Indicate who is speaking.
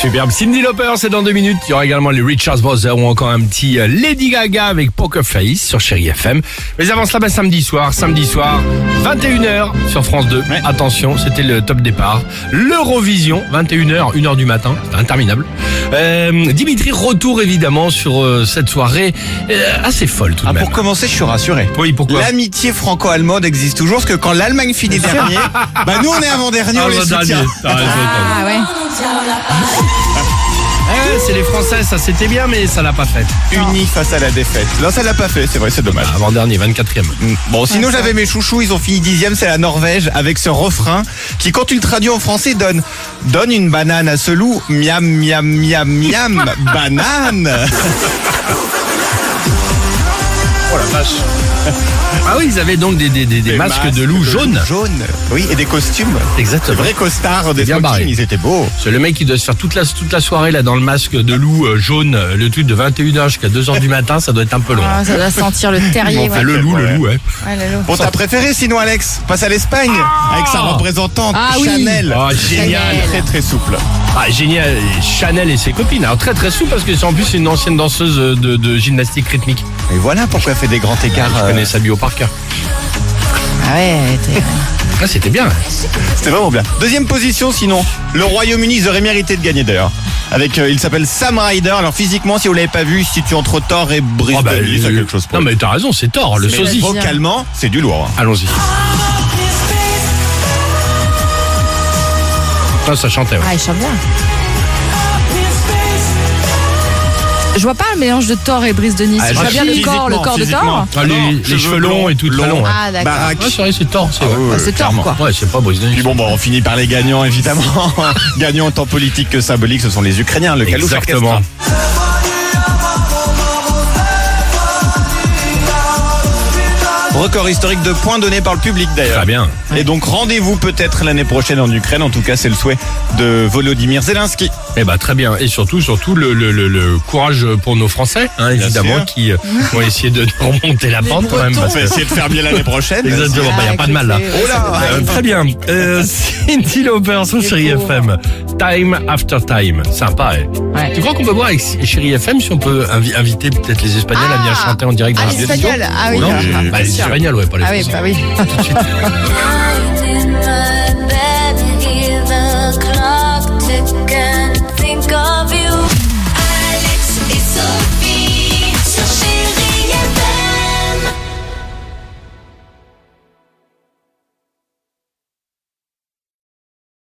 Speaker 1: Superbe. Cindy Lauper, c'est dans deux minutes. Il y aura également les Richards Brothers ou encore un petit euh, Lady Gaga avec Poker Face sur Chéri FM. Mais avant cela, ben, samedi soir, samedi soir, 21h sur France 2. Attention, c'était le top départ. L'Eurovision, 21h, 1h du matin. C'était interminable. Euh, Dimitri, retour évidemment sur euh, cette soirée euh, assez folle tout de
Speaker 2: Ah,
Speaker 1: même.
Speaker 2: pour commencer, je suis rassuré.
Speaker 1: Oui, pourquoi
Speaker 2: L'amitié franco-allemande existe toujours, parce que quand l'Allemagne finit dernier, bah nous on est avant-dernier,
Speaker 1: Ah,
Speaker 2: on les
Speaker 1: bah, dernier.
Speaker 2: soutient.
Speaker 1: T'as raison, t'as raison.
Speaker 3: Ah ouais.
Speaker 1: Eh, c'est les Français, ça c'était bien, mais ça l'a pas fait.
Speaker 2: Unis
Speaker 1: Ah.
Speaker 2: face à la défaite. Là, ça l'a pas fait, c'est vrai, c'est dommage.
Speaker 1: Avant-dernier, 24e.
Speaker 2: Mm. Bon, sinon
Speaker 1: Ah,
Speaker 2: j'avais mes chouchous, ils ont fini dixième, c'est la Norvège, avec ce refrain qui, quand tu le traduis en français, donne donne une banane à ce loup, miam miam miam miam, banane.
Speaker 1: Oh la vache Ah oui, ils avaient donc des, des, des, des masques, de loup jaunes.
Speaker 2: Jaune. Oui, et des costumes. Des
Speaker 1: Exactement.
Speaker 2: vrais costards, des
Speaker 1: Bien barré.
Speaker 2: smokings, ils étaient beaux.
Speaker 1: C'est le mec qui doit se faire toute la, toute la soirée là dans le masque de loup euh, jaune, euh, le truc de 21h jusqu'à 2h du matin, ça doit être un peu long.
Speaker 3: Ah, ça doit sentir le terrier.
Speaker 1: Enfin,
Speaker 3: Ouais.
Speaker 1: le loup, le loup, ouais.
Speaker 3: Ouais, le loup.
Speaker 2: Bon, t'as préféré sinon, Alex Passe à l'Espagne avec sa représentante
Speaker 3: Ah oui.
Speaker 2: Chanel.
Speaker 1: Oh, génial.
Speaker 2: Très très souple.
Speaker 1: Ah, génial, Chanel et ses copines. Alors très très souple parce que c'est en plus c'est une ancienne danseuse euh, de, de gymnastique rythmique.
Speaker 2: Et voilà pourquoi elle fait des grands écarts.
Speaker 1: Je
Speaker 2: euh,
Speaker 1: connais sa bio par cœur.
Speaker 3: Ah ouais, elle était-
Speaker 1: Ah, c'était bien.
Speaker 2: C'était vraiment bien. Deuxième position, sinon, le Royaume-Uni, ils auraient mérité de gagner d'ailleurs. Avec, euh, il s'appelle Sam Ryder. Alors physiquement, si vous l'avez pas vu, si tu entre Thor et Brice
Speaker 1: Oh, bah,
Speaker 2: Dudley, c'est
Speaker 1: euh,
Speaker 2: quelque chose. Pour
Speaker 1: non
Speaker 2: lui.
Speaker 1: mais t'as raison, c'est tort, le
Speaker 2: Mais
Speaker 1: sosie.
Speaker 2: Vocalement, c'est du lourd. hein.
Speaker 1: Allons-y. Ah, ça chantait, ouais.
Speaker 3: Ah, il chante bien. Je vois pas le mélange de Thor et Brise de Nice.
Speaker 1: Ah,
Speaker 3: je vois
Speaker 1: je-
Speaker 3: bien le corps, le
Speaker 2: physiquement,
Speaker 3: corps de
Speaker 2: physiquement.
Speaker 3: Thor.
Speaker 1: Ah, les,
Speaker 2: Non,
Speaker 1: les
Speaker 2: cheveux
Speaker 1: cheveux longs
Speaker 2: longs,
Speaker 1: et tout très
Speaker 2: longs.
Speaker 1: longs.
Speaker 3: Ah d'accord.
Speaker 2: Baraque.
Speaker 1: Ouais, c'est vrai, c'est tort, c'est
Speaker 2: Ah,
Speaker 1: vrai.
Speaker 2: ouais,
Speaker 3: c'est Thor
Speaker 2: clairement.
Speaker 3: quoi.
Speaker 1: Ouais, c'est pas Brice de Nice.
Speaker 2: Puis bon, bon, on finit par les gagnants, évidemment. gagnants tant politiques que symboliques, ce sont les Ukrainiens, le Kalouch
Speaker 1: Exactement.
Speaker 2: Orchestra. Record historique de points donnés par le public d'ailleurs.
Speaker 1: Très bien.
Speaker 2: Et donc rendez-vous peut-être l'année prochaine en Ukraine, en tout cas c'est le souhait de Volodymyr Zelensky.
Speaker 1: Eh ben très bien. Et surtout, surtout le, le, le, le courage pour nos Français, hein, évidemment,
Speaker 2: sûr.
Speaker 1: qui euh, vont essayer de remonter la pente quand même.
Speaker 3: Bretons.
Speaker 1: parce que-
Speaker 2: On va essayer de faire bien l'année prochaine.
Speaker 1: Exactement. Il
Speaker 3: Ah,
Speaker 1: n'y Bah, a pas de mal là.
Speaker 3: écoutez, ouais,
Speaker 2: Oh là,
Speaker 3: ça doit
Speaker 1: Euh,
Speaker 3: être-
Speaker 1: très bien. Euh, Cindy Lauper sur Chéri
Speaker 3: beau.
Speaker 1: FM. Time after time. Sympa. hein.
Speaker 3: Ouais.
Speaker 1: Tu crois qu'on peut voir avec Chéri FM si on peut invi- inviter peut-être les Espagnols à venir
Speaker 3: Ah.
Speaker 1: chanter en direct dans
Speaker 3: Ah,
Speaker 1: la
Speaker 3: les
Speaker 1: radio
Speaker 3: Espagnols. Ah oui,
Speaker 1: Non,
Speaker 3: ah,
Speaker 1: bah,
Speaker 3: bien
Speaker 1: les
Speaker 3: sûr.
Speaker 1: Espagnols, ouais, pas les
Speaker 3: Ah oui,
Speaker 1: Français.
Speaker 3: bah oui.
Speaker 1: Tout de suite.